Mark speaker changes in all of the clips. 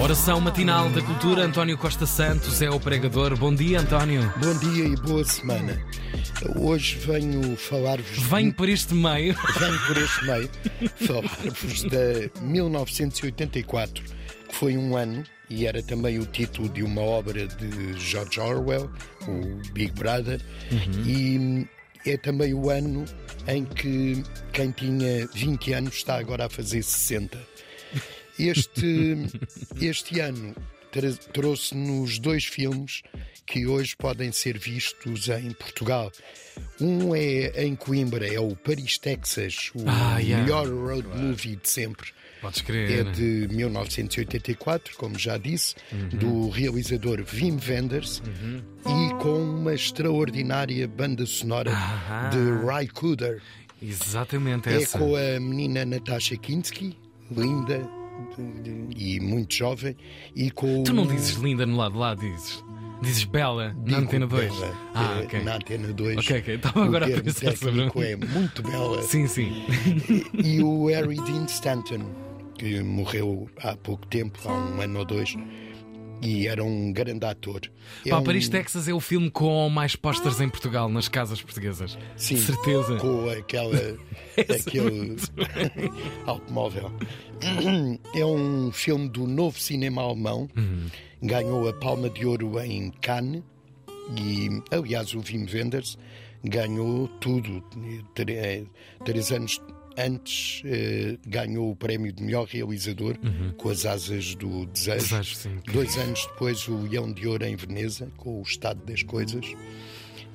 Speaker 1: Oração matinal da cultura, António Costa Santos é o pregador. Bom dia, António.
Speaker 2: Bom dia e boa semana. Hoje venho falar-vos.
Speaker 1: Venho por este meio.
Speaker 2: Venho por este meio falar-vos de 1984, que foi um ano e era também o título de uma obra de George Orwell, o Big Brother, e é também o ano em que quem tinha 20 anos está agora a fazer 60. Este, este ano tra- trouxe-nos dois filmes que hoje podem ser vistos em Portugal. Um é em Coimbra, é o Paris, Texas, o
Speaker 1: Ah, yeah. né?
Speaker 2: melhor road movie de sempre.
Speaker 1: Podes
Speaker 2: É
Speaker 1: crer.
Speaker 2: de 1984, como já disse,
Speaker 1: Uhum.
Speaker 2: do realizador Wim Wenders e com uma extraordinária banda sonora
Speaker 1: Ahá.
Speaker 2: de Ray Cooder.
Speaker 1: Exatamente
Speaker 2: É
Speaker 1: essa.
Speaker 2: com a menina Natasha Kinski, linda de- de- e muito jovem, e com
Speaker 1: Tu não
Speaker 2: o-
Speaker 1: dizes linda no lado de lá, dizes. Dizes bela na
Speaker 2: Digo
Speaker 1: antena 2.
Speaker 2: bela,
Speaker 1: Ah,
Speaker 2: eh,
Speaker 1: ok.
Speaker 2: Na Antena 2.
Speaker 1: Ok, ok. Estava agora a
Speaker 2: o termo
Speaker 1: pensar sobre- um-
Speaker 2: técnico é muito bela.
Speaker 1: Sim, sim.
Speaker 2: É E o Harry Dean Stanton, que morreu há pouco tempo, há um ano ou dois, e era um grande ator. É
Speaker 1: Pá,
Speaker 2: um-
Speaker 1: Paris, Texas é o filme com mais posters em Portugal, nas casas portuguesas.
Speaker 2: Sim,
Speaker 1: De certeza. é
Speaker 2: Com aquela, aquele automóvel. É um filme do novo cinema alemão.
Speaker 1: Uhum.
Speaker 2: Ganhou a Palma de Ouro em Cannes. E, aliás, o Wim Wenders ganhou tudo. Tre- Três anos antes eh, ganhou o prémio de melhor realizador com as asas do desejo.
Speaker 1: Desejo, Uhum. sim.
Speaker 2: Dois anos depois, o Leão de Ouro em Veneza, com o estado das coisas,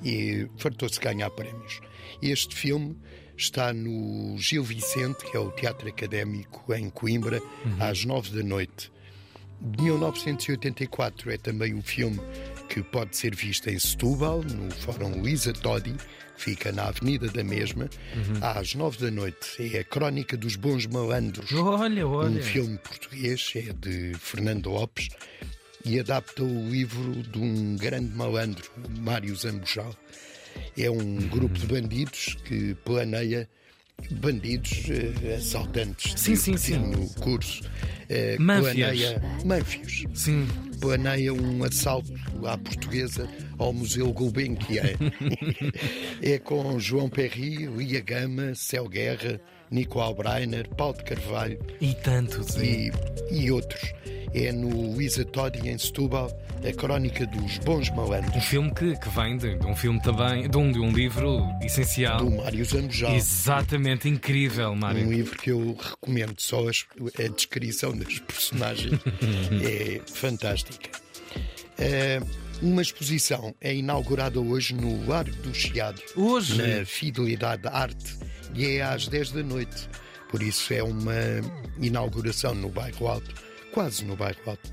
Speaker 2: e fartou-se ganhar prémios. Este filme está no Gil Vicente, que é o Teatro Académico em Coimbra, às nove da noite. De 1984 é também um filme que pode ser visto em Setúbal, no Fórum Luísa Todi, que fica na Avenida da Mesma, às nove da noite. É a Crónica dos Bons Malandros.
Speaker 1: Olha, olha.
Speaker 2: Um filme português é de Fernando Lopes e adapta o livro de um grande malandro, Mário Zambujal. É
Speaker 1: Uhum.
Speaker 2: um grupo de bandidos que planeia bandidos eh, assaltantes
Speaker 1: Sim,
Speaker 2: de-
Speaker 1: sim, sim.
Speaker 2: no curso. eh,
Speaker 1: Máfias.
Speaker 2: Planeia, máfias.
Speaker 1: Sim.
Speaker 2: Planeia um assalto à portuguesa ao Museu Gulbenkian. é com João Perri, Lia Gama, Céu Guerra, Nico Albrainer, Paulo de Carvalho,
Speaker 1: E tanto, sim.
Speaker 2: e, e outros. É no Luísa Todi, em Setúbal, a crónica dos bons
Speaker 1: Um
Speaker 2: malandros
Speaker 1: filme que, que vem de, de um filme também, de um, de um livro essencial.
Speaker 2: do Mário Zambojal.
Speaker 1: Exatamente, incrível,
Speaker 2: Um
Speaker 1: Mário.
Speaker 2: livro que eu recomendo, só as- a descrição das personagens é fantástica. É, uma exposição é inaugurada hoje no Largo do Chiado,
Speaker 1: Hoje?
Speaker 2: na Fidelidade Arte, e é às 10 da noite. Por isso é uma inauguração no Bairro Alto, quase no Bairro Alto,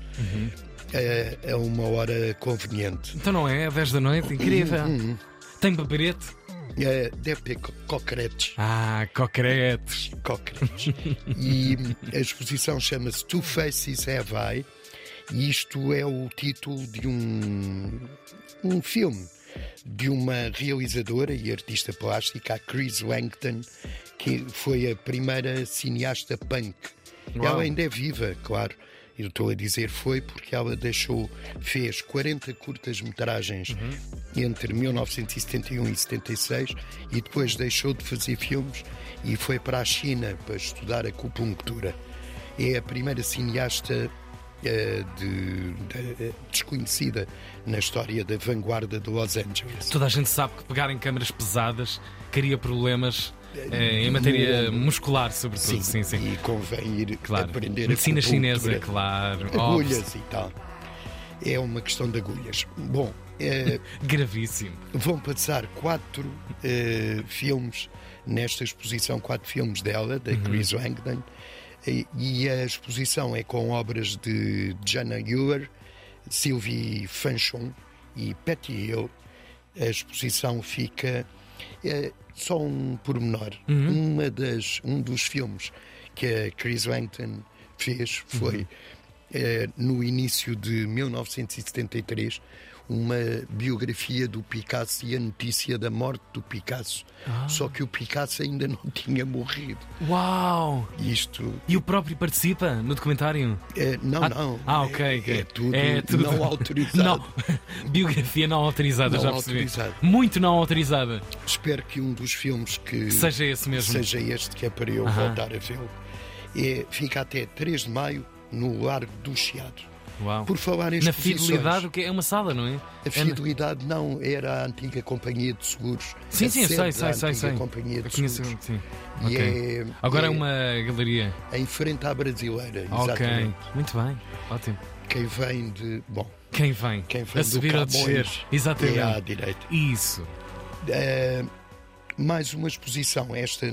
Speaker 2: é, a uma hora conveniente.
Speaker 1: Então não é? 10 da noite, incrível.
Speaker 2: Uhum.
Speaker 1: Tem paparete?
Speaker 2: É, deve ter co- coqueretes.
Speaker 1: Ah, cocretes.
Speaker 2: cócoras. e hum, a exposição chama-se Two Faces Have I, e isto é o título de um, um filme de uma realizadora e artista plástica, a Chris Langton, que foi a primeira cineasta punk.
Speaker 1: Uau.
Speaker 2: Ela ainda é viva, claro. Eu estou a dizer foi porque ela deixou, fez 40 curtas-metragens entre 1971 e 76 e depois deixou de fazer filmes e foi para a China para estudar acupuntura. É a primeira cineasta eh, de- de- eh, desconhecida na história da vanguarda de Los Angeles.
Speaker 1: Toda a gente sabe que pegar em câmaras pesadas cria problemas eh, em matéria muscular, sobretudo. Sim, sim.
Speaker 2: Uhum. E convém ir
Speaker 1: Claro.
Speaker 2: aprender
Speaker 1: Medicina chinesa,
Speaker 2: acupuntura.
Speaker 1: claro. Óbvio.
Speaker 2: Agulhas e tal. É uma questão de agulhas. Bom, eh,
Speaker 1: Gravíssimo.
Speaker 2: vão passar quatro eh, filmes nesta exposição, quatro filmes dela, da Chris Langdon, e, e a exposição é com obras de Jana Ewer, Sylvie Fanchon e Patty Hill. A exposição fica eh, só um pormenor.
Speaker 1: Uhum.
Speaker 2: Uma das, um dos filmes que a Chris Langdon
Speaker 1: Uhum.
Speaker 2: fez foi eh, no início de 1973 uma biografia do Picasso e a notícia da morte do Picasso.
Speaker 1: Ah.
Speaker 2: Só que o Picasso ainda não tinha morrido.
Speaker 1: Uau!
Speaker 2: Isto
Speaker 1: E o próprio participa no documentário?
Speaker 2: é, não,
Speaker 1: Ah,
Speaker 2: não.
Speaker 1: ah, ok, ok.
Speaker 2: É tudo,
Speaker 1: É tudo.
Speaker 2: não autorizado.
Speaker 1: Não. Biografia não autorizada,
Speaker 2: Não
Speaker 1: já percebi.
Speaker 2: autorizada.
Speaker 1: Muito não autorizada.
Speaker 2: Espero que um dos filmes que
Speaker 1: Seja esse mesmo.
Speaker 2: seja este que é para eu
Speaker 1: Aham.
Speaker 2: voltar a vê-lo. É, fica até 3 de maio no Largo do Chiado.
Speaker 1: Uau.
Speaker 2: Por falar em
Speaker 1: Na
Speaker 2: exposições,
Speaker 1: fidelidade, o que é? é uma sala, não é?
Speaker 2: A fidelidade não era a antiga companhia de seguros.
Speaker 1: Sim,
Speaker 2: a
Speaker 1: sim, eu sei,
Speaker 2: sede da
Speaker 1: sei, sei,
Speaker 2: antiga
Speaker 1: sei.
Speaker 2: companhia
Speaker 1: Eu
Speaker 2: de
Speaker 1: conheço,
Speaker 2: seguros.
Speaker 1: sim.
Speaker 2: E
Speaker 1: Ok.
Speaker 2: é,
Speaker 1: Agora
Speaker 2: é
Speaker 1: é uma galeria.
Speaker 2: em frente à brasileira,
Speaker 1: Ok,
Speaker 2: exatamente.
Speaker 1: muito bem, ótimo.
Speaker 2: Quem vem de. Bom,
Speaker 1: Quem vem?
Speaker 2: Quem vem
Speaker 1: a
Speaker 2: do
Speaker 1: subir ou a descer?
Speaker 2: Camões
Speaker 1: Exatamente.
Speaker 2: é à direita.
Speaker 1: Isso.
Speaker 2: Eh, mais uma exposição. Esta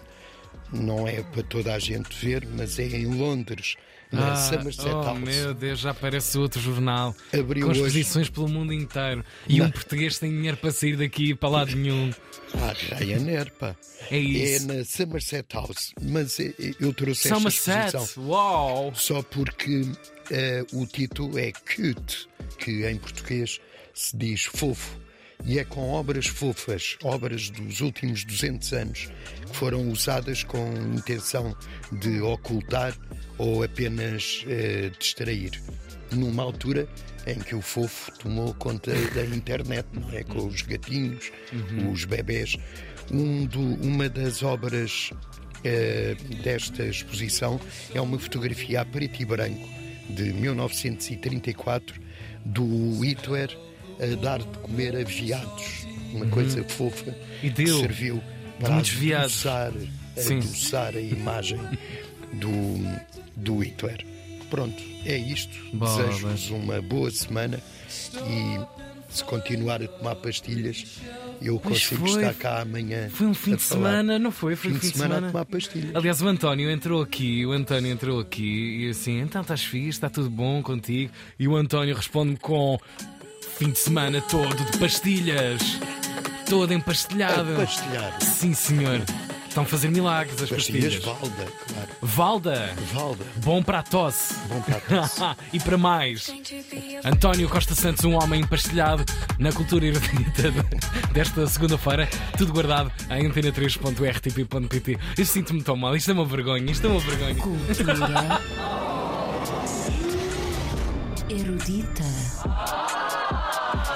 Speaker 2: não é para toda a gente ver, mas é em Londres, na
Speaker 1: Ah,
Speaker 2: Somerset
Speaker 1: oh
Speaker 2: House.
Speaker 1: meu Deus, já aparece outro jornal
Speaker 2: Abriu
Speaker 1: com
Speaker 2: hoje.
Speaker 1: exposições pelo mundo inteiro e
Speaker 2: Não.
Speaker 1: um português tem dinheiro para sair daqui para lado nenhum.
Speaker 2: Ah, Ryanair, pá.
Speaker 1: É
Speaker 2: É
Speaker 1: isso.
Speaker 2: na Somerset House. Mas eh, eu trouxe
Speaker 1: São uma
Speaker 2: esta exposição
Speaker 1: sete. Uau!
Speaker 2: só porque eh, o título é Cute, que em português se diz fofo. E é com obras fofas, obras dos últimos 200 anos, que foram usadas com intenção de ocultar ou apenas eh, distrair. Numa altura em que o fofo tomou conta da internet, não é? Com os gatinhos, os bebés. Um do- uma das obras eh, desta exposição é uma fotografia a preto e branco de 1934 do Hitler a dar de comer a viados. Uma coisa fofa
Speaker 1: Uhum. E deu.
Speaker 2: que serviu para
Speaker 1: muitos veados.
Speaker 2: adoçar,
Speaker 1: Sim.
Speaker 2: adoçar a imagem do, do Hitler. Pronto, é isto.
Speaker 1: Boa,
Speaker 2: Desejo-vos uma boa semana e se continuar a tomar pastilhas, eu
Speaker 1: Pois
Speaker 2: consigo
Speaker 1: foi.
Speaker 2: estar cá amanhã.
Speaker 1: Foi um fim
Speaker 2: a
Speaker 1: de
Speaker 2: falar.
Speaker 1: semana, não foi? Foi um
Speaker 2: Fim de semana a tomar pastilhas.
Speaker 1: Aliás, o António entrou aqui, o António entrou aqui e assim, então estás fixe, está tudo bom contigo? E o António responde com fim de semana todo de pastilhas, todo empastilhado.
Speaker 2: Ah, Pastilhar.
Speaker 1: Sim, senhor. Estão a fazer milagres as
Speaker 2: Pastilhas
Speaker 1: pastilhas.
Speaker 2: Valda, claro.
Speaker 1: Valda,
Speaker 2: Valda,
Speaker 1: bom para a tosse.
Speaker 2: bom para a tosse.
Speaker 1: e para mais.
Speaker 3: Going to be a
Speaker 1: António Costa Santos, um homem empastilhado na cultura erudita de- desta segunda-feira, tudo guardado em antena3.rtp.pt. Eu sinto-me tão mal, isto é uma vergonha, isto é uma vergonha.
Speaker 4: Cultura erudita.